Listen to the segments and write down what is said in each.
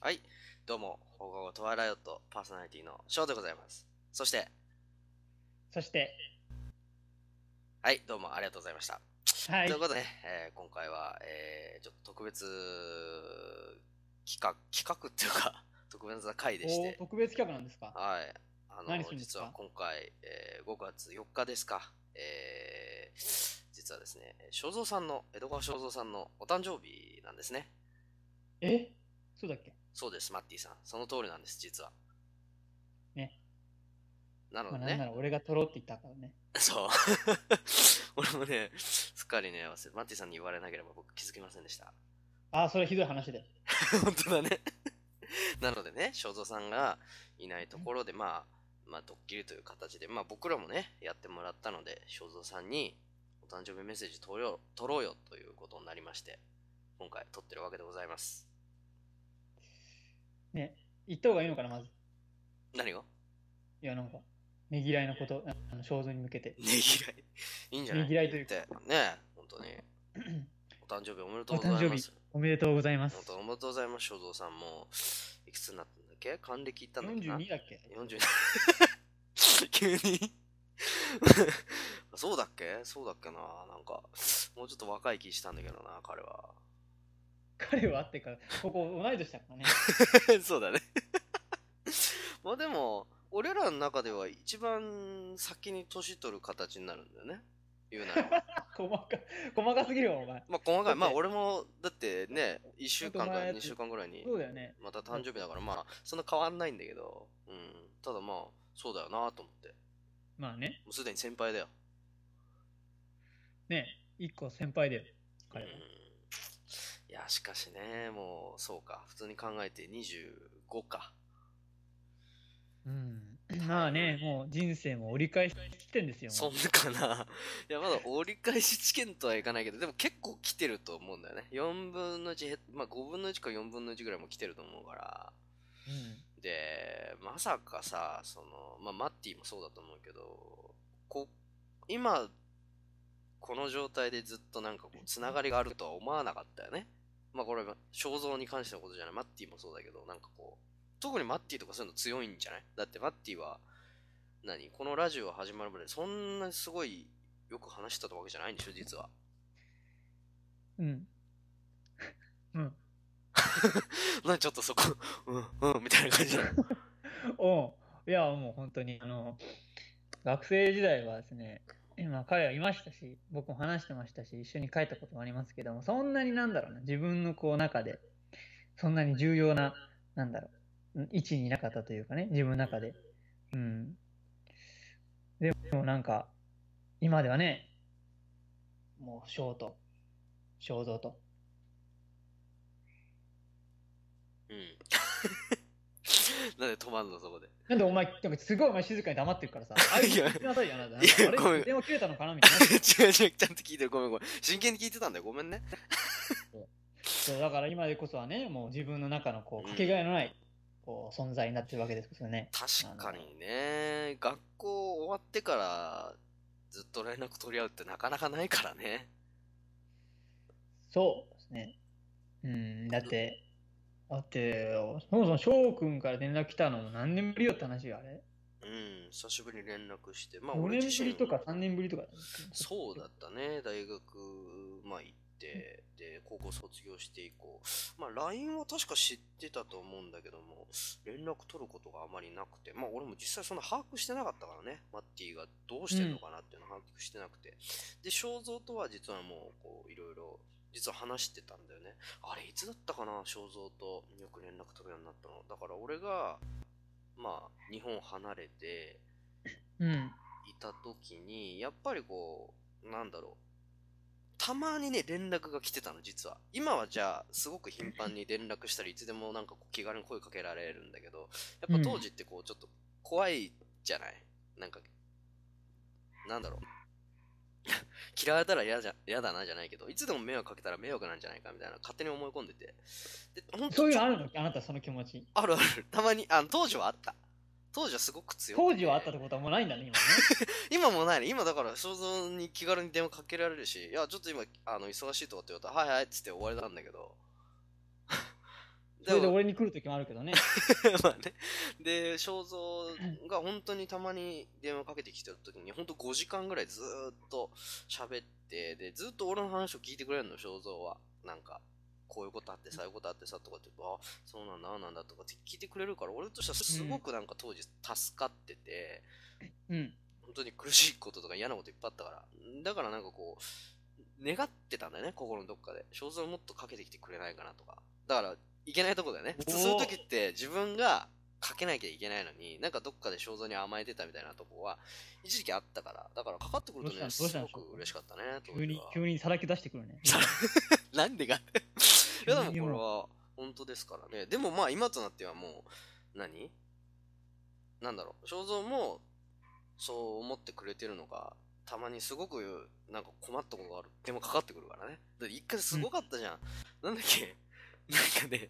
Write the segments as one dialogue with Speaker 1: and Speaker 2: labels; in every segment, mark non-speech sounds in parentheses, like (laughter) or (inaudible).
Speaker 1: はい。どうも、放課後トワイライオットパーソナリティの翔でございます。そして、
Speaker 2: そして、
Speaker 1: はい、どうもありがとうございました。
Speaker 2: はい
Speaker 1: という、ことでね、えー今回は、えーちょっと特別企画、企画っていうか、 (laughs) 特別な回でし
Speaker 2: お
Speaker 1: て、
Speaker 2: 特別企画なんですか
Speaker 1: はい。あの
Speaker 2: 何するんです
Speaker 1: 実
Speaker 2: か
Speaker 1: は今回、えー5月4日ですか、えー実はですね、正蔵さんの、江戸川正蔵さんのお誕生日なんですね。
Speaker 2: えそうだっけ
Speaker 1: そうです、マッティさん。その通りなんです、実は。
Speaker 2: ね。
Speaker 1: なの
Speaker 2: まあ、
Speaker 1: で
Speaker 2: なんな
Speaker 1: ね、
Speaker 2: ら俺が取ろうって言ったからね。
Speaker 1: (laughs) そう。俺もね、すっかりね、忘れマッティさんに言われなければ僕気づきませんでした。 (laughs)
Speaker 2: ああ、それひどい話で。
Speaker 1: 本当だね。 (laughs) なのでね、正蔵さんがいないところで、まあ、まあ、ドッキリという形で、まあ、僕らもね、やってもらったので、正蔵さんにお誕生日メッセージ取ろう取ろうよということになりまして、今回取ってるわけでございます。
Speaker 2: 言った方がいいのかな、まず。
Speaker 1: 何が
Speaker 2: いや、なんか、ねぎらいのこと、ああの、肖像に向けて。
Speaker 1: (laughs)
Speaker 2: (clears throat)
Speaker 1: ねぎらい。いいんじゃない
Speaker 2: ねぎらいというか
Speaker 1: ってね、本当に。お誕生日おめでとうござい
Speaker 2: お誕
Speaker 1: ま
Speaker 2: 生
Speaker 1: す
Speaker 2: 日。おめでとうございます
Speaker 1: 本。当おめでとうございます、正蔵さんも。いくつになったんだっけ還暦いったんだっけな
Speaker 2: 42だっけ
Speaker 1: ?42。急 (laughs) にそうだっけそうだっけななんか、もうちょっと若い気したんだけどな、彼は。
Speaker 2: (laughs) 彼はあってから、ここ同い年だからね。 (laughs)
Speaker 1: そうだね。 (laughs) まあでも、俺らの中では一番先に年取る形になるんだよね。言うなら
Speaker 2: (laughs)
Speaker 1: ば。
Speaker 2: 細か、細かすぎるわ、お前。
Speaker 1: まあ細か
Speaker 2: だ
Speaker 1: い。
Speaker 2: って
Speaker 1: まあ俺も、だってね、1週間か
Speaker 2: 前
Speaker 1: 2週間ぐらいに
Speaker 2: そうだよね。
Speaker 1: また誕生日だから、まあ、そんな変わんないんだけど、うん、ただまあ、そうだよなと思って、
Speaker 2: まあね、
Speaker 1: もうすでに先輩だよ。
Speaker 2: ね、一個先輩だよ、
Speaker 1: うん、
Speaker 2: 彼
Speaker 1: い
Speaker 2: は。
Speaker 1: や、しかしね、もう、そうか、普通に考えて25か。
Speaker 2: うん。まあね、もう人生も折り返してきてんですよ。
Speaker 1: そん
Speaker 2: も
Speaker 1: なかな。いや、まだ折り返し地点とはいかないけど、でも結構来てると思うんだよね。4分の1、まあ5分の1か4分の1ぐらいも来てると思うから。
Speaker 2: ううん。
Speaker 1: でまさかさその、まあ、マッティもそうだと思うけどこ今この状態でずっとなんかこうつながりがあるとは思わなかったよねまあこれは肖像に関してのことじゃないマッティもそうだけどなんかこう特にマッティとかそういうの強いんじゃないだってマッティは何このラジオ始まるまでそんなにすごいよく話してたわけじゃないんでしょ実は
Speaker 2: うん。うん。
Speaker 1: なんかちょっとそこうんうんみたいな感じだ
Speaker 2: おういや、もう本当に、あの、学生時代はですね、今、彼はいましたし、僕も話してましたし、一緒に帰ったこともありますけども、そんなになんだろうな、自分のこう中で、そんなに重要な、なんだろう、ん位置にいなかったというかね、自分の中で。うん。でもなんか、今ではね、もう、翔と、肖像と、
Speaker 1: うん。 (laughs) なんで止まんのそこで。
Speaker 2: なんでお前、なんかすごいお前静かに黙ってるからさ、あれ
Speaker 1: いや
Speaker 2: 聞きなさいよ、あなた。なん
Speaker 1: い
Speaker 2: か
Speaker 1: やご
Speaker 2: あ
Speaker 1: めん
Speaker 2: れ電話切れたのかなみたいな。
Speaker 1: (laughs) 違う違う、ちゃんと聞いてる。ごめんごめん。真剣に聞いてたんだよ。ごめんね。
Speaker 2: そうだから今でこそはね、もう自分の中のこうかけがえのない、こう存在になってるわけですよね。
Speaker 1: 確かにね、学校終わってからずっと連絡取り合うってなかなかないからね。
Speaker 2: そうですね。うん、だって、だって、そもそも翔くんから連絡来たのも何年ぶりよって話があれ
Speaker 1: うん、久しぶりに連絡して。まあ、
Speaker 2: ?4
Speaker 1: 俺
Speaker 2: 年
Speaker 1: 自
Speaker 2: ぶ
Speaker 1: 身
Speaker 2: りとか3年ぶりとかだよね
Speaker 1: そうだったね。大学、まあ行って、で、高校卒業して以降。まあ LINE は確か知ってたと思うんだけども、連絡取ることがあまりなくて、まあ俺も実際そんな把握してなかったからね。マッティがどうしてるのかなっていうの把握してなくて。で、肖像とは実はもう、こう、いろいろ、実は話してたんだよね。あれ、いつだったかな肖像とよく連絡取るようになったの。だから俺が、まあ、日本離れて、
Speaker 2: うん。
Speaker 1: いた時にやっぱりこうなんだろうたまにね連絡が来てたの実は今はじゃあすごく頻繁に連絡したりいつでもなんかこう気軽に声かけられるんだけどやっぱ当時ってこうちょっと怖いじゃないなんかなんだろう (laughs) 嫌われたら嫌じゃ嫌だなじゃないけどいつでも迷惑かけたら迷惑なんじゃないかみたいな勝手に思い込んでてで本当
Speaker 2: そういう
Speaker 1: に
Speaker 2: のあるのあなたその気持ち。
Speaker 1: あるあるたまにあの当時はあった当時はすごく強くて
Speaker 2: 当時はあったってことはもうないんだね、今
Speaker 1: (laughs)
Speaker 2: ね。
Speaker 1: 今もうないね。今だから、肖像に気軽に電話かけられるし、いや、ちょっと今、あの、忙しいとかって言われたら、はいはいっつって終わりなんだけど、
Speaker 2: それで俺に来る時もあるけどね。
Speaker 1: (laughs) まあね。で、正蔵が本当にたまに電話かけてきた時に、本当5時間ぐらいずーっと喋って、で、ずーっと俺の話を聞いてくれるの、正蔵は。なんか、こういうことあってさ、ああいうことあってさ、とかって、あ、そうなんだ、ああなんだとかって聞いてくれるから、俺としてはすごくなんか当時助かってて、
Speaker 2: うん。
Speaker 1: 本当に苦しいこととか嫌なこといっぱいあったから。だからなんかこう、願ってたんだよね、心のどっかで。正蔵もっとかけてきてくれないかなとか。だから、いけないとこだよね。普通
Speaker 2: おー
Speaker 1: そういう時って自分がかけなきゃいけないのに、なんかどっかで正蔵に甘えてたみたいなとこは、一時期あったから。だからかかってくると
Speaker 2: ど
Speaker 1: ね、
Speaker 2: う
Speaker 1: す
Speaker 2: したのどうしたの
Speaker 1: ごく嬉しかったね、当
Speaker 2: 急
Speaker 1: 時
Speaker 2: に
Speaker 1: は、
Speaker 2: 急にさらけ出してくる
Speaker 1: (laughs)
Speaker 2: ね。
Speaker 1: なんでか
Speaker 2: 急
Speaker 1: いやでもこれ
Speaker 2: にもう
Speaker 1: は本当ですからね。でもまあ今となってはもう、何なんだろう、正蔵もそう思ってくれてるのが、たまにすごくなんか困ったことがある。でもかかってくるからね。だって一回すごかったじゃん。なんだっけなんかね、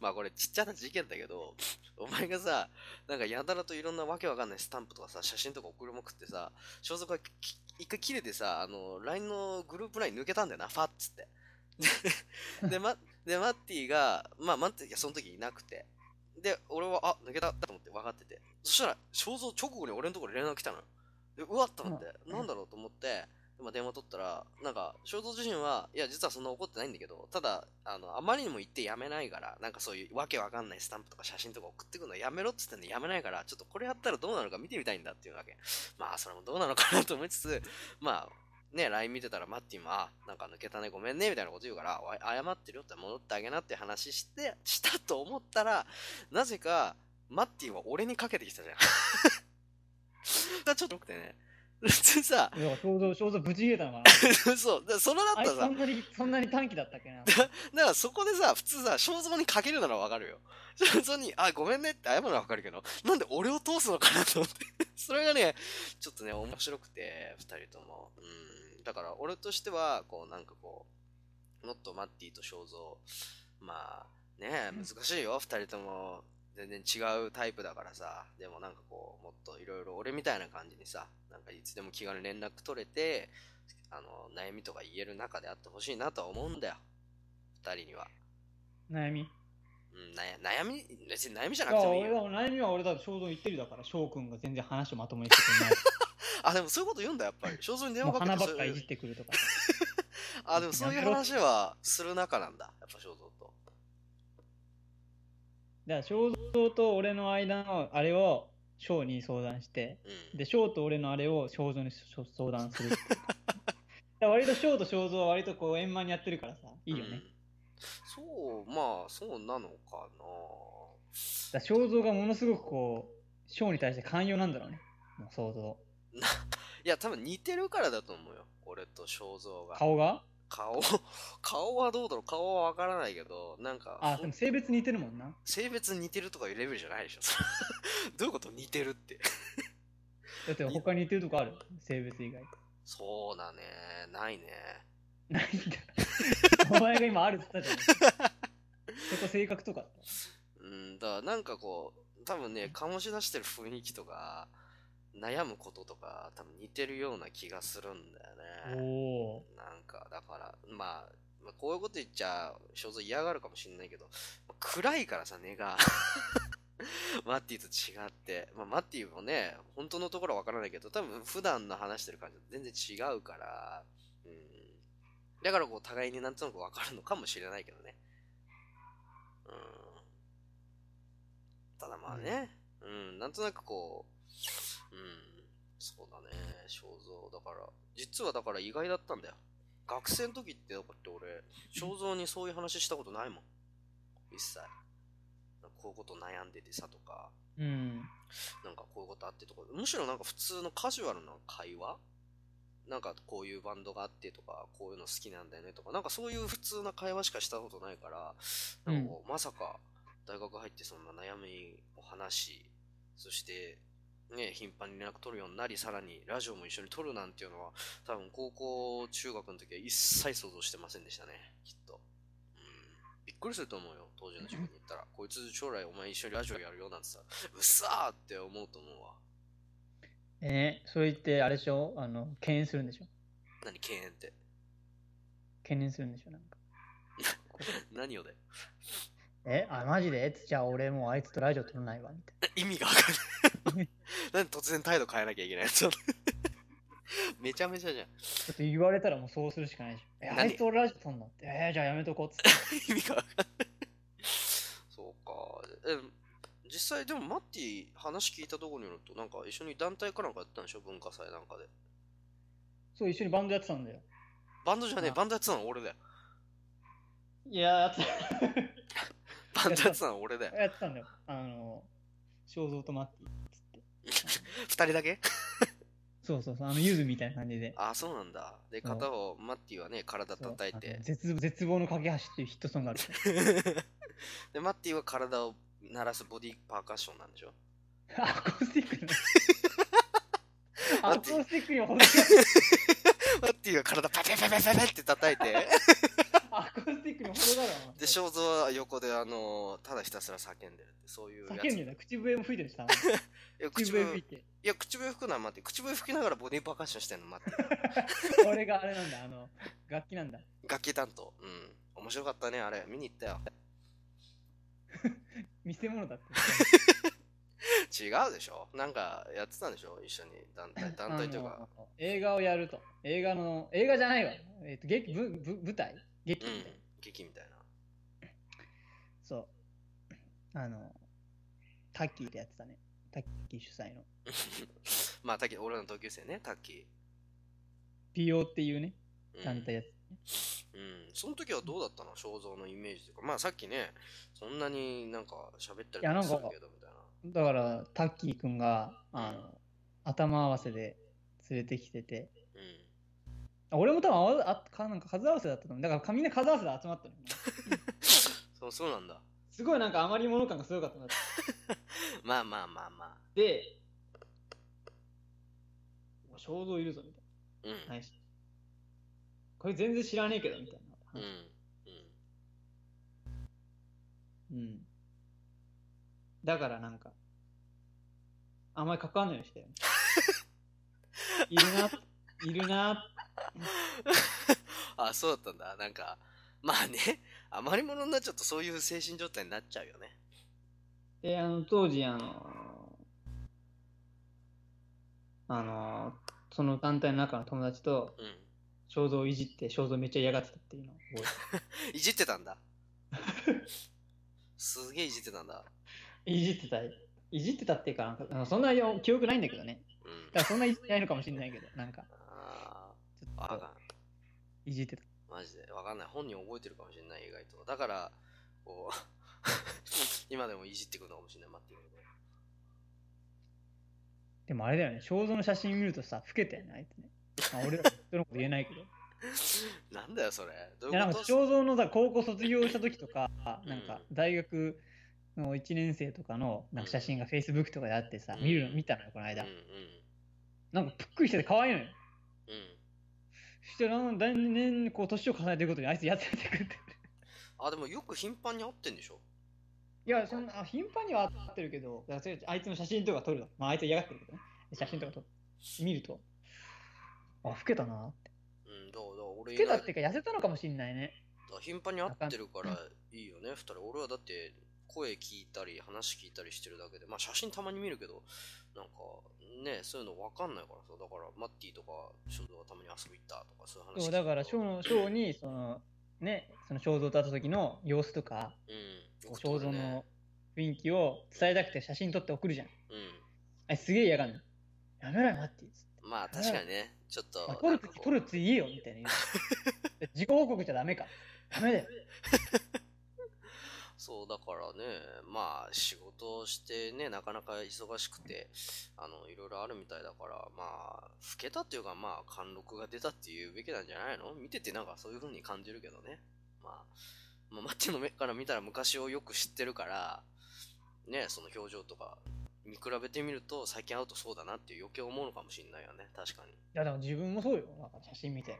Speaker 1: まあこれちっちゃな事件だけど、お前がさ、なんかやたらといろんなわけわかんないスタンプとかさ、写真とか送りまくってさ、所属がき一回切れてさ、あの、LINE のグループ LINE 抜けたんだよな、ファッつって。 (laughs) で、でま、で、マッティが、まあ、マッティがその時いなくて。で、俺は、あ、抜けたと思って分かってて。そしたら、肖像直後に俺のところに連絡来たのよ。で、うわっと思って、
Speaker 2: うん
Speaker 1: なんだろうと思って、でまあ電話取ったら、なんか、肖像自身は、いや、実はそんな怒ってないんだけど、ただ、あの、あまりにも言ってやめないから、なんかそういうわけわかんないスタンプとか写真とか送ってくるのやめろって言ってんのやめないから、ちょっとこれやったらどうなのか見てみたいんだっていうわけ。まあ、それもどうなのかなと思いつつ、まあ、ね、LINE 見てたらマッティも、あ、なんか抜けたね、ごめんね、みたいなこと言うから、おい謝ってるよって戻ってあげなって話して、したと思ったら、なぜか、マッティは俺にかけてきたじゃん。 (laughs) だちょっとよくてね。普通さ、 (laughs)
Speaker 2: いや、想像、想像ぶち切れたのかな。
Speaker 1: そう、だそれだ
Speaker 2: あ
Speaker 1: っ
Speaker 2: い
Speaker 1: た
Speaker 2: つ
Speaker 1: らさ
Speaker 2: そん、なに、そんなに短期だったっ
Speaker 1: (laughs)
Speaker 2: けな。
Speaker 1: だからそこでさ、普通さ、肖像にかけるならわかるよ。 (laughs) 肖像に、あ、ごめんねって謝るのはわかるけど、なんで俺を通すのかなと思って。それがね、ちょっとね、面白くて、二人とも。うん。だから俺としては、こう、なんかこう、もっとマッティと肖像、まあ、ね
Speaker 2: うん
Speaker 1: 難しいよ、二人とも。全然違うタイプだからさ、でもなんかこう、もっといろいろ俺みたいな感じにさ、なんかいつでも気軽に連絡取れて、あの、悩みとか言える中であってほしいなとは思うんだよ。二人には。
Speaker 2: 悩み。
Speaker 1: うん、なや悩み、別に悩みじゃ
Speaker 2: い
Speaker 1: なく
Speaker 2: や、
Speaker 1: てもいい
Speaker 2: 俺
Speaker 1: よ。
Speaker 2: は悩みは俺だって想像言ってるだから、翔くんが全然話をまともにしてくれ
Speaker 1: (laughs)
Speaker 2: ない。
Speaker 1: あ、でもそういうこと言うんだ、やっぱり。肖像に電
Speaker 2: も
Speaker 1: 話
Speaker 2: う
Speaker 1: かけ
Speaker 2: 鼻ば
Speaker 1: てそ
Speaker 2: っ
Speaker 1: う
Speaker 2: か
Speaker 1: い
Speaker 2: いうじってくるとか。
Speaker 1: あ、でもそういう話はする仲なんだ、やっぱ肖像と。
Speaker 2: だから、肖像と俺の間のあれを翔に相談して、
Speaker 1: うん。
Speaker 2: で、翔と俺のあれを肖像に相談
Speaker 1: (laughs)
Speaker 2: する。だから割と翔と肖像は割とこう円満にやってるからさ、いいよね。
Speaker 1: うんそう、まあ、そうなのかな。
Speaker 2: だから肖像がものすごくこう、ショーに対して寛容なんだろうね。もう想像。
Speaker 1: いや、多分似てるからだと思うよ。俺と肖像が。
Speaker 2: 顔が
Speaker 1: 顔、顔はどうだろう顔はわからないけど、なんか、
Speaker 2: あ、でも性別似てるもんな。
Speaker 1: 性別似てるとかいうレベルじゃないでしょ。 (laughs) どういうこと似てるって。
Speaker 2: だって他に似てるとこある性別以外。
Speaker 1: そうだね。ないね。
Speaker 2: ないんだ。お前が今あるって言ったじゃん。そこ性格とか。
Speaker 1: うん、だからなんかこう、多分ね、醸し出してる雰囲気とか、悩むこととか、多分似てるような気がするんだよ
Speaker 2: お
Speaker 1: ね。
Speaker 2: お
Speaker 1: なんか、だから、まあ、まあこういうこと言っちゃ、肖像嫌がるかもしんないけど、暗いからさ、根が。 (laughs) マッティと違って、まあ、マッティもね、本当のところはわからないけど、多分普段の話してる感じと全然違うから、うん。だからこう、互いになんとなくわかるのかもしれないけどね。うん。ただまあね、うん、なんとなくこう、うん、そうだね、肖像、だから、実はだから意外だったんだよ。学生の時って、だって俺、肖像にそういう話したことないもん。一切。こういうこと悩んでてさとか、
Speaker 2: ー。うん。
Speaker 1: なんかこういうことあってとか、むしろなんか普通のカジュアルな会話なんかこういうバンドがあってとか、こういうの好きなんだよねとか、なんかそういう普通な会話しかしたことないから、なんかこうまさか大学入ってそんな悩みを話し、そして、ね、頻繁に連絡取るようになり、さらにラジオも一緒に撮るなんていうのは、多分高校、中学の時は一切想像してませんでしたね、きっと。うん、びっくりすると思うよ、当時の自分に言ったら。こいつ将来お前一緒にラジオやるよなんてさ、うっさーって思うと思うわ。
Speaker 2: えー、それ言ってあれでしょあの、敬遠するんでしょ
Speaker 1: 何、敬遠って。
Speaker 2: 敬遠するんでしょなんか。
Speaker 1: 何をだよ。
Speaker 2: えあ、マジでじゃあ俺もうあいつとラジオ撮らないわ、みたいな。
Speaker 1: 意味がわか
Speaker 2: (laughs)
Speaker 1: んない。なんで突然態度変えなきゃいけないの (laughs) めちゃめちゃじゃん。
Speaker 2: ちょっと言われたらもうそうするしかないでしょ。え、
Speaker 1: 何
Speaker 2: あいつと俺ラジオ撮んのって。えーじゃあやめとこうっつって。
Speaker 1: 意味がわかんない。そうか。え、実際でもマッティ話聞いたところによると、なんか一緒に団体かなんかやってたんでしょ文化祭なんかで。
Speaker 2: そう、一緒にバンドやってたんだよ。
Speaker 1: バンドじゃねえ、
Speaker 2: あ
Speaker 1: バンドやってたの俺だよ。
Speaker 2: (laughs) いや、やってた。
Speaker 1: バンドやってたの俺だよ。
Speaker 2: やってたんだよ。あの、肖像とマッティ。
Speaker 1: 二人だけ
Speaker 2: そうそうそう、あの、ゆずみたいな感じで。
Speaker 1: あ、そうなんだ。で、
Speaker 2: そう
Speaker 1: 片方、マッティはね、体
Speaker 2: そう
Speaker 1: 叩い
Speaker 2: あ
Speaker 1: て
Speaker 2: の。絶絶望の架け橋っていうヒットソングがある。
Speaker 1: (laughs) で、マッティは体を鳴らすボディパーカッションなんでしょ
Speaker 2: アコースティックな。
Speaker 1: (laughs) 待
Speaker 2: ア
Speaker 1: って
Speaker 2: コースティックに本気出し
Speaker 1: マッティは体パペペペペペって叩いて。
Speaker 2: アコースティックにほどだろ。
Speaker 1: で、肖像は横で、あのーただひたすら叫んでるって、そういうやつ。
Speaker 2: 叫んでない。口笛も吹いてるしさ。
Speaker 1: (laughs) いや、
Speaker 2: 口
Speaker 1: 口笛
Speaker 2: 笛吹いて。
Speaker 1: いや、口笛吹くのは待って、口笛吹きながらボディーパーカッションしてんの待って。
Speaker 2: 俺があれなんだ、あの、楽器なんだ。
Speaker 1: 楽器担当。うん。面白かったね、あれ。見に行ったよ。
Speaker 2: 見せ物だって。
Speaker 1: 違うでしょなんかやってたんでしょ一緒に団体、団体という
Speaker 2: あ
Speaker 1: か。
Speaker 2: の映画をやると。映画の、映画じゃないわ。えっ、と、劇、ぶぶ舞台劇
Speaker 1: う
Speaker 2: み
Speaker 1: ん
Speaker 2: たいな。。
Speaker 1: 劇みたいな。
Speaker 2: そう。あの、タッキーでやってたね。タッキー主催の。
Speaker 1: まあ、タキ、俺の同級生ね、タッキ
Speaker 2: PO っていうね、
Speaker 1: ー。うん
Speaker 2: 団体やつ。
Speaker 1: うん、その時はどうだったの肖像のイメージというか、まあさっきね、そんなになんか喋った
Speaker 2: いやな
Speaker 1: りも
Speaker 2: んか
Speaker 1: するけどみたいな。
Speaker 2: だからタッキーくんがあの頭合わせで連れてきてて
Speaker 1: うん。
Speaker 2: あ俺も多分合わあかなんか数合わせだったと思うだからかみんな数合わせで集まったのよ
Speaker 1: そう、そうなんだ。
Speaker 2: (laughs) すごいなんか余り物感がすごかったなって
Speaker 1: まあまあまあまあ。
Speaker 2: で「お肖像いるぞ」みたい
Speaker 1: うん。
Speaker 2: な話これ全然知らねえけどみたいな
Speaker 1: うん。う (laughs)
Speaker 2: 話う
Speaker 1: ん。
Speaker 2: んだからなんかあんまり関わんないようにして (laughs) よねいるないるな
Speaker 1: あ、そうだったんだ。なんか、まあね、余り物になっちゃうとそういう精神状態になっちゃうよね。
Speaker 2: で、あの、当時、あの、あの、その団体の中の友達と
Speaker 1: うん。
Speaker 2: 肖像をいじって肖像めっちゃ嫌がってたっていうのを覚
Speaker 1: いじってたんだ。すげえいじってたんだ。
Speaker 2: えていじってた。いじってたっていうか、なんかあのそんなよ記憶ないんだけどね。
Speaker 1: うん
Speaker 2: だか。らそんないじってないのかもしれないけど、なんか、
Speaker 1: あ
Speaker 2: ちょ
Speaker 1: あ、わ
Speaker 2: っ
Speaker 1: かん
Speaker 2: といじってた。
Speaker 1: マジで。わかんない。本人覚えてるかもしれない、意外と。だから、こう、 (laughs) 今でもいじってくるのかもしれない。待ってくれ
Speaker 2: でもあれだよね、肖像の写真見るとさ、老けたよね、あいつね。まあ、俺らは人のこと言えないけど。い
Speaker 1: なんだよ、それ。どうい
Speaker 2: や、
Speaker 1: う
Speaker 2: なんか
Speaker 1: ことうん。
Speaker 2: 肖像のさ、高校卒業した時とか、なんか
Speaker 1: う
Speaker 2: 大学の1年生とかのなんか写真が Facebook とかであってさ、見るの見たのよ、この間。なんかぷっくりしてて可愛いのよ。
Speaker 1: うん。うん。
Speaker 2: そしてなんだんだんこう年を重ねていくことにあいつ痩せてくって。
Speaker 1: あ、でもよく頻繁に会ってんでしょ
Speaker 2: いや、そんなあ頻繁には会ってるけど、だからそれあいつの写真とか撮るの。まああいつ嫌がってるけどね。写真とか撮って見ると。あ、老けたな。
Speaker 1: うん、だから、だから俺
Speaker 2: 老
Speaker 1: い
Speaker 2: け
Speaker 1: な
Speaker 2: たっ
Speaker 1: い
Speaker 2: ていうか痩せたのかもしんないね。
Speaker 1: 頻繁に会ってるからいいよね、二人。俺はだって、声聞いたり、話聞いたりしてるだけで、まあ写真たまに見るけど、なんか、ね、そういうの分かんないからさ、だから、マッティとか、ショートがたまに遊び行ったとか、そういう
Speaker 2: そう、
Speaker 1: 話聞いた
Speaker 2: だからショーの、ショーに、その、ね、その肖像と会った時の様子とか、
Speaker 1: うん。
Speaker 2: こう肖像の雰囲気を伝えたくて写真撮って送るじゃん。
Speaker 1: う
Speaker 2: あいつすげえ嫌がるの。やめろよ、待って。
Speaker 1: ん。まあ確かにね、ちょっと。
Speaker 2: 撮るとき撮る
Speaker 1: なん
Speaker 2: っ
Speaker 1: かこ
Speaker 2: て言えよみたいな
Speaker 1: (laughs)
Speaker 2: 言う自己報告じゃダメかダメだよ
Speaker 1: うそう、だからね、まあ仕事をしてね、なかなか忙しくて、あの、いろいろあるみたいだから、まあ、老けたっていうか、まあ、貫禄が出たっていうべきなんじゃないの見ててなんかそういう風に感じるけどね。まあ、まあ、マッティの目から見たら昔をよく知ってるから、ね、その表情とか、見比べてみると、最近会うとそうだなっていう余計思うのかもしれないよね、確かに。
Speaker 2: いやでも自分もそうよなんか写真見て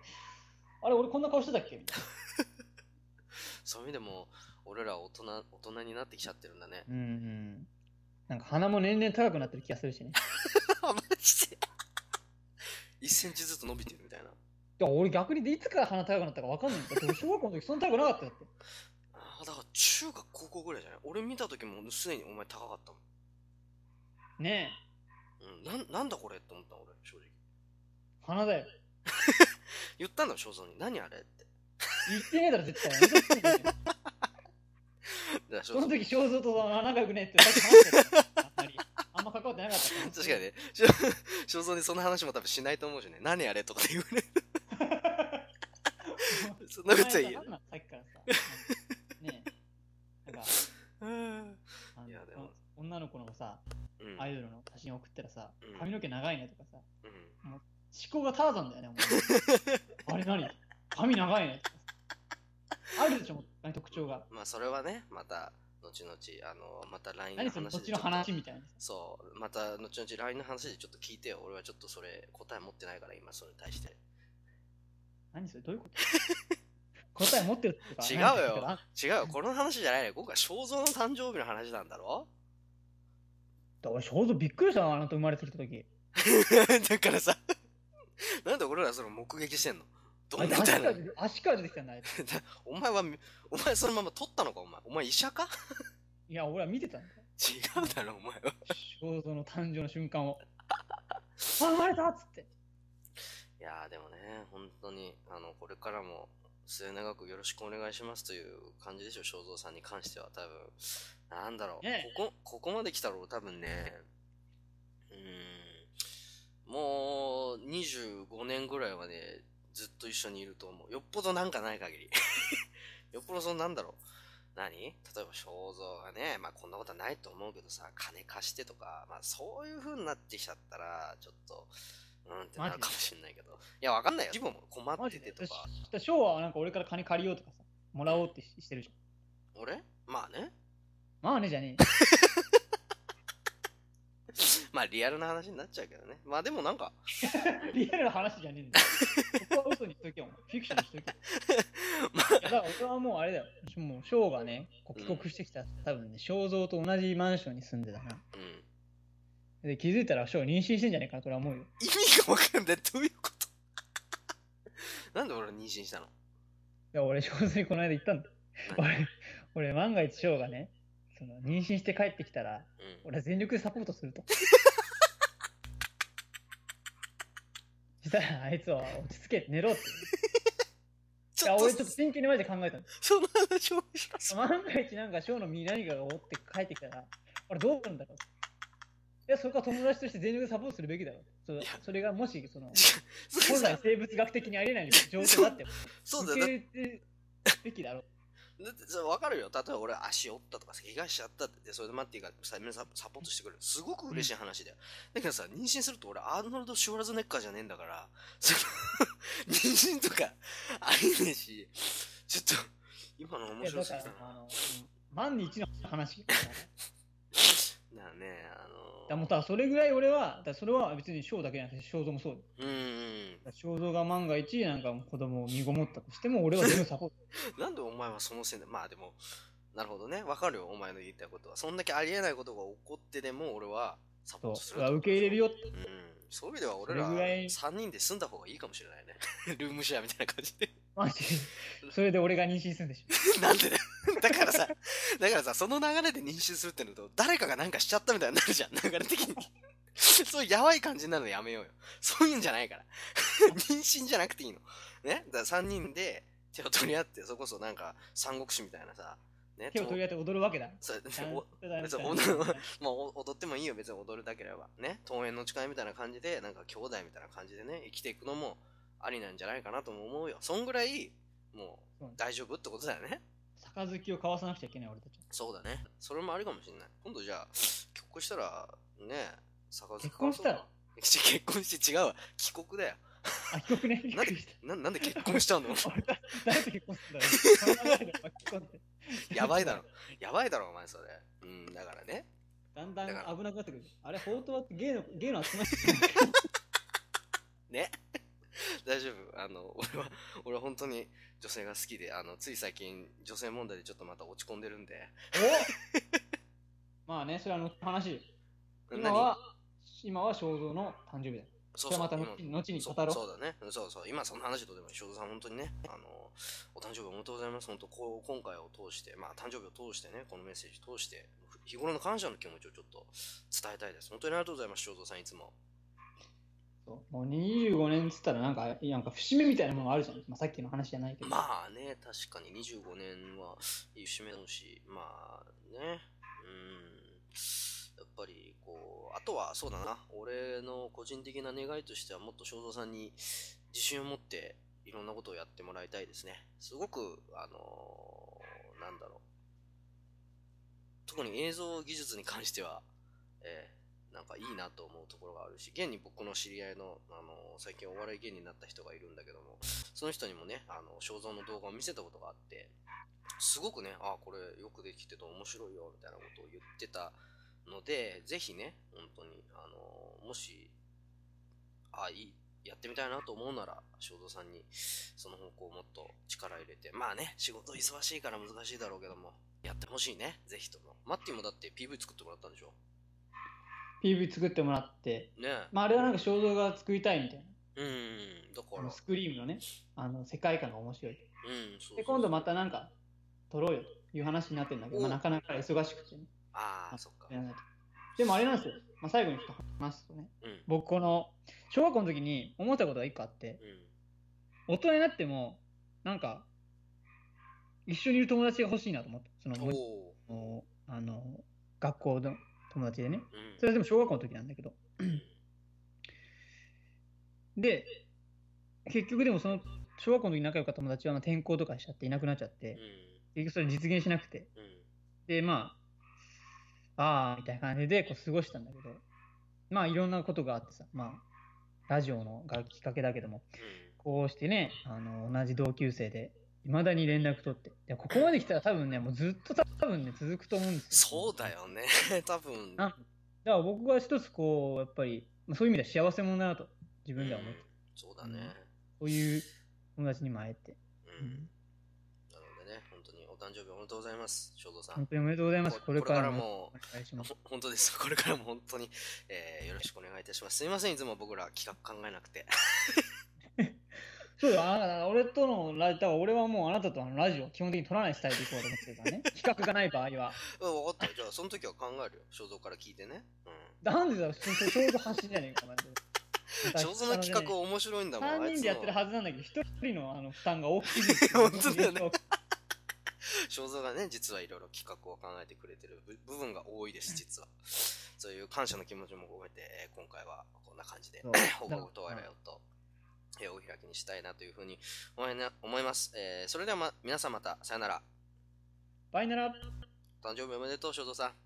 Speaker 2: あれ俺こんな顔してたっけみたい
Speaker 1: そういう意味でも、俺ら大人、大人になってきちゃってるんだね。
Speaker 2: なうんうんなんか鼻も年々高くなってる気がするしね
Speaker 1: あ、 (laughs) マジで1センチずつ伸びてるみたいな。
Speaker 2: いや俺逆にでいつから鼻高くなったか分かんないんだよ小学校の時そんな高くなかったよって
Speaker 1: ああだから中学高校ぐらいじゃない俺見た時もうすでにお前高かったも
Speaker 2: ねえ、
Speaker 1: ん、うん、なんなんだこれって思ったの俺正直
Speaker 2: 鼻だよ。
Speaker 1: 言ったんだよ正蔵に何あれって (laughs)
Speaker 2: 言ってねえだろ、絶対。嘘ついてるよ
Speaker 1: だから正
Speaker 2: その
Speaker 1: 蔵
Speaker 2: 時、肖像とあ仲良くねえって、さっき話したよ。あんまり。あんま関わってなかったから。
Speaker 1: 確かにね (laughs) 正蔵にその話も多分しないと思うしね何あれとかって言われる (laughs)
Speaker 2: お前さなんなんさっ
Speaker 1: そんなことは言えな
Speaker 2: きからさ。
Speaker 1: (laughs)
Speaker 2: ねえ。なんか、
Speaker 1: い
Speaker 2: あの
Speaker 1: いやでも
Speaker 2: 女の子のさ、
Speaker 1: うん
Speaker 2: アイドルの写真送ったらさ
Speaker 1: うん、
Speaker 2: 髪の毛長いねとかさ、
Speaker 1: うん
Speaker 2: 思考がターザンだよ
Speaker 1: (laughs)
Speaker 2: ね、お前あれ何髪長いねとかさ。あるでしょ、特徴が。
Speaker 1: まあそれはね、また後々、あのまた LINE の
Speaker 2: 何その
Speaker 1: 話
Speaker 2: 土地
Speaker 1: でちょ
Speaker 2: の
Speaker 1: っと
Speaker 2: 話みたいなさ。
Speaker 1: そう、また後々 LINE の話でちょっと聞いてよ。俺はちょっとそれ答え持ってないから今それに対して。
Speaker 2: 何それどういうこと (laughs) 答え持ってるって
Speaker 1: 違うよ
Speaker 2: 何か言ってた
Speaker 1: 違うよ、この話じゃないね。今回、肖像の誕生日の話なんだろ
Speaker 2: だ俺、肖像びっくりしたわあなた生まれてきた時。
Speaker 1: (laughs) だからさ、なんで俺らそれ目撃してんのど
Speaker 2: あ
Speaker 1: ん
Speaker 2: いつ
Speaker 1: なみ
Speaker 2: 足
Speaker 1: たい
Speaker 2: か
Speaker 1: (laughs) な
Speaker 2: ら。足から出てきたんだ、あいつ
Speaker 1: お前は、お前そのまま撮ったのか、お前。お前医者か (laughs)
Speaker 2: いや、俺は見てたんだよ。
Speaker 1: 違うだろ、お前は。
Speaker 2: 肖像の誕生の瞬間
Speaker 1: (laughs)
Speaker 2: を。あ、生まれたっつって。
Speaker 1: いやーでもね、本当に、あの、これからも末永くよろしくお願いしますという感じでしょ、正蔵さんに関しては、多分なんだろう、
Speaker 2: ね
Speaker 1: ここ、ここまで来たら俺多分ね、うーん、もう25年ぐらいはね、ずっと一緒にいると思う。よっぽどなんかない限り。 (laughs) よっぽどそのなんだろう。何例えば肖像がね、まあこんなことはないと思うけどさ、金貸してとか、まあそういう風になってきちゃったら、ちょっと、うんってなるかもしれないけど。いや、わかんないよ。自分も困
Speaker 2: マ
Speaker 1: って
Speaker 2: ジ
Speaker 1: て
Speaker 2: で。
Speaker 1: とか。
Speaker 2: でショーはなんか俺から金借りようとかさ、もらおうってししてるじゃん。
Speaker 1: 俺まあね。
Speaker 2: まあね、じゃねえよ。
Speaker 1: まあリアルな話になっちゃうけどね。まあでもなんか、
Speaker 2: リアルな話じゃねえんだよ。そこは嘘にしとけよ、お前フィクションにしとけよ。
Speaker 1: (laughs) ま
Speaker 2: いやだから俺はもうあれだよ。もうショーがね、こう帰国してきた、多分ね、肖像と同じマンションに住んでたな。
Speaker 1: うん。
Speaker 2: で、気づいたらショー妊娠してんじゃねえかなと俺は思うよ。
Speaker 1: 意味がわかんない。どういうこと (laughs) なんで俺妊娠したの
Speaker 2: いや、俺、正直この間言ったんだ。
Speaker 1: 何
Speaker 2: 俺、俺、万が一翔がね、その妊娠して帰ってきたら、
Speaker 1: うん。
Speaker 2: 俺は全力でサポートする
Speaker 1: (laughs)
Speaker 2: と。したら、あいつは落ち着け、寝ろって。い
Speaker 1: ち
Speaker 2: や、
Speaker 1: ょ
Speaker 2: 俺
Speaker 1: っ
Speaker 2: ちょっ
Speaker 1: と
Speaker 2: と、真剣にマジで考えたんだ。
Speaker 1: その話面白そ
Speaker 2: (laughs)
Speaker 1: う。
Speaker 2: 万が一なんか翔の身に何かが追って帰ってきたら、俺どうするんだろう。いや、それから友達として全力でサポートするべきだろう。そうそれがもし、その、
Speaker 1: そ
Speaker 2: 本
Speaker 1: うだ
Speaker 2: 来生物学的にありえない状況だって、
Speaker 1: (laughs) そうだ
Speaker 2: 受
Speaker 1: よ。
Speaker 2: け
Speaker 1: だ
Speaker 2: 入れるべきだろう。
Speaker 1: だってそれ分かるよ。例えば俺足折ったとかさ、怪我しちゃったって、でそれで待っていいからさみんなササポートしてくれる。すごく嬉しい話だよ。だけどさ、妊娠すると俺アーノルド・シュワルズネッカーじゃねえんだから、その (laughs) 妊娠とかありねえし、ちょっと、今の
Speaker 2: い
Speaker 1: (laughs) 面
Speaker 2: や、だ
Speaker 1: 白す
Speaker 2: か
Speaker 1: ぎ
Speaker 2: ら
Speaker 1: たな。、
Speaker 2: あの、万に一の話。
Speaker 1: だからね、あ
Speaker 2: だ
Speaker 1: の
Speaker 2: もうただそれぐらい俺は、だからそれは別に翔だけじゃなくて、肖像もそう。
Speaker 1: うーん。
Speaker 2: だから肖像が万が一、なんか子供を身ごもったとしても、俺は全部サポート。
Speaker 1: なんでお前はそのせいで、まあでも、なるほどね。わかるよ、お前の言いたいことは。そんだけありえないことが起こってでも俺はサ
Speaker 2: そ
Speaker 1: ポー
Speaker 2: う
Speaker 1: トする
Speaker 2: 俺は受け入れるよって。
Speaker 1: (laughs) うん、そういう意味では俺ら
Speaker 2: それぐらい
Speaker 1: 3人で住んだ方がいいかもしれないね。 (laughs) ルームシェアみたいな感じで。 (laughs)
Speaker 2: マジで。それで俺が妊娠するんでしょ。
Speaker 1: なんでだよ (laughs) だからさ、だからさ、その流れで妊娠するってのと、誰かがなんかしちゃったみたいになるじゃん、流れ的に。 (laughs) そういうやばい感じになるのやめようよ。そういうんじゃないから。 (laughs) 妊娠じゃなくていいの。ねだから3人で手を取り合って、それこそなんか、三国志みたいなさ、ね
Speaker 2: 手を取り合って踊るわけだ。
Speaker 1: そうで
Speaker 2: ダン
Speaker 1: お
Speaker 2: ダンダン
Speaker 1: 別に
Speaker 2: ダン
Speaker 1: 女のまあ、お踊ってもいいよ、別に踊るだければ。ね、登園の誓いみたいな感じで、なんか兄弟みたいな感じでね、生きていくのもありなんじゃないかなとも思うよ。そんぐらい、もう
Speaker 2: そうね、
Speaker 1: 大丈夫ってことだよね。
Speaker 2: 杯を交わさなくちゃいけない俺たちは。
Speaker 1: そうだね。それもありかもしれない。今度じゃあ、結婚したら、ね、坂
Speaker 2: 結婚したら
Speaker 1: 結婚して違うわ。帰国だよ。
Speaker 2: あ、帰国ね。びっくりした。
Speaker 1: ななんで結婚しちゃ
Speaker 2: (laughs)
Speaker 1: うの
Speaker 2: 俺たち誰と結婚するんだろう。考えれば結婚って
Speaker 1: やばいだろ。やばいだろ、お前それ。うん、だからね。
Speaker 2: だんだん
Speaker 1: だから
Speaker 2: 危なくなってくる。あれ、法灯ってゲイの、ゲイの
Speaker 1: (laughs)
Speaker 2: 集まり。
Speaker 1: ね大丈夫あの俺は俺は本当に女性が好きであのつい最近女性問題でちょっとまた落ち込んでるんで
Speaker 2: おまあね、それはあの話。
Speaker 1: 何
Speaker 2: 今は、今は肖像の誕生日だよ。
Speaker 1: そ
Speaker 2: じゃあまた後
Speaker 1: 今
Speaker 2: 後に語ろう
Speaker 1: そうそうだね。うんそうそう。今その話とでも、翔太さん本当にね、あの、お誕生日おめでとうございます。本当こう、今回を通して、まあ誕生日を通してね、このメッセージ通して、日頃の感謝の気持ちをちょっと伝えたいです。本当にありがとうございます、翔太さんいつも。
Speaker 2: そうもう25年っつったらなんか、なんか節目みたいなものあるじゃん。まあ、さっきの話じゃないけど。
Speaker 1: まあね、確かに25年はいい節目だし、まあね、うん、やっぱりこう、あとはそうだな、俺の個人的な願いとしては、もっと正蔵さんに自信を持って、いろんなことをやってもらいたいですね。すごく、あのーなんだろう。特に映像技術に関しては、えーなんかいいなと思うところがあるし、現に僕の知り合いの、あのー最近お笑い芸人になった人がいるんだけども、その人にもね、あの、肖像の動画を見せたことがあって、すごくね、あ、これよくできてて面白いよ、みたいなことを言ってたので、ぜひね、本当に、あの、もし、あ、いい、やってみたいなと思うなら、肖像さんに、その方向をもっと力入れて、まあね、仕事忙しいから難しいだろうけども、やってほしいね、ぜひとも。マッティもだって PV 作ってもらったんでしょ
Speaker 2: PV 作ってもらって、
Speaker 1: ねえ。
Speaker 2: まあ、あれはなんか肖像画作りたいみたいな。
Speaker 1: うん、だか
Speaker 2: あ
Speaker 1: ら、うん
Speaker 2: の、スクリームのね、あの世界観が面白い。
Speaker 1: そうそう
Speaker 2: で、今度またなんか撮ろうよという話になってるんだけど、まあ、なかなか忙しくてね。
Speaker 1: ああ、そっか。
Speaker 2: やらないとでもあれなんですよ。まあ、最後にちょっと話すとね。
Speaker 1: うん、
Speaker 2: 僕この、小学校の時に思ったことが一個あって、
Speaker 1: うん。
Speaker 2: 大人になっても、なんか、一緒にいる友達が欲しいなと思った。その、
Speaker 1: お
Speaker 2: も
Speaker 1: おー
Speaker 2: うあの、学校の友達でね。
Speaker 1: うん
Speaker 2: それはでも小学校の時なんだけど。で、結局でもその、小学校の時仲良かった友達はまあ転校とかしちゃっていなくなっちゃって
Speaker 1: う、
Speaker 2: 結局それ実現しなくて。
Speaker 1: ん、うん。
Speaker 2: で、まあ、ああ、みたいな感じでこう過ごしたんだけど、まあ、いろんなことがあってさ、まあ、ラジオのがきっかけだけども、こうしてね、あの同じ同級生で、いまだに連絡取って、いやここまで来たら多分ね、もうずっと多分ね、続くと思うんですよ。
Speaker 1: そうだ。よね、 (laughs) 多分。
Speaker 2: なんだから僕は一つこう、やっぱり、まあ、そういう意味では幸せ者だなと、自分では思う。
Speaker 1: うんそうだね。
Speaker 2: そういう友達にも会えて、
Speaker 1: う
Speaker 2: うんん。
Speaker 1: なのでね、本当にお誕生日おめでとうございます、正蔵さん
Speaker 2: 本。当におめでとうございます。
Speaker 1: こ
Speaker 2: これからも
Speaker 1: も
Speaker 2: お願いします。
Speaker 1: ほ本当です。これからも本当に、えーよろしくお願いいたします。すいません、いつも僕ら企画考えなくて。 (laughs)
Speaker 2: そうだ、あだから俺とのラジオ、だから俺はもうあなたとのラジオを基本的に撮らないスタイルでいこうと思ってる
Speaker 1: (laughs)
Speaker 2: からね。比較がない場合は。
Speaker 1: うん、分かった。じゃあ、その時は考えるよ。正蔵から聞いてね。うん。
Speaker 2: なんでだろう、ちょちょちょうど走りじゃねえか、マジで。
Speaker 1: 正蔵の企画面白いんだもん。あ
Speaker 2: 3
Speaker 1: い
Speaker 2: 人
Speaker 1: つ
Speaker 2: でやってる
Speaker 1: の
Speaker 2: はずなんだけど、1人のあの負担が大きい。
Speaker 1: (laughs) 本当だよね。正蔵がね、実はいろいろ企画を考えてくれてる部部分が多いです、実は。そういう感謝の気持ちも込めて、えー今回はこんな感じで (laughs)
Speaker 2: そう、
Speaker 1: 報告と笑いをと、えーお開きにしたいなというふうに思いな思います。えーそれでは、ま、皆さんまた、さよなら。
Speaker 2: バイナラ
Speaker 1: 誕生日おめでとう、正蔵さん。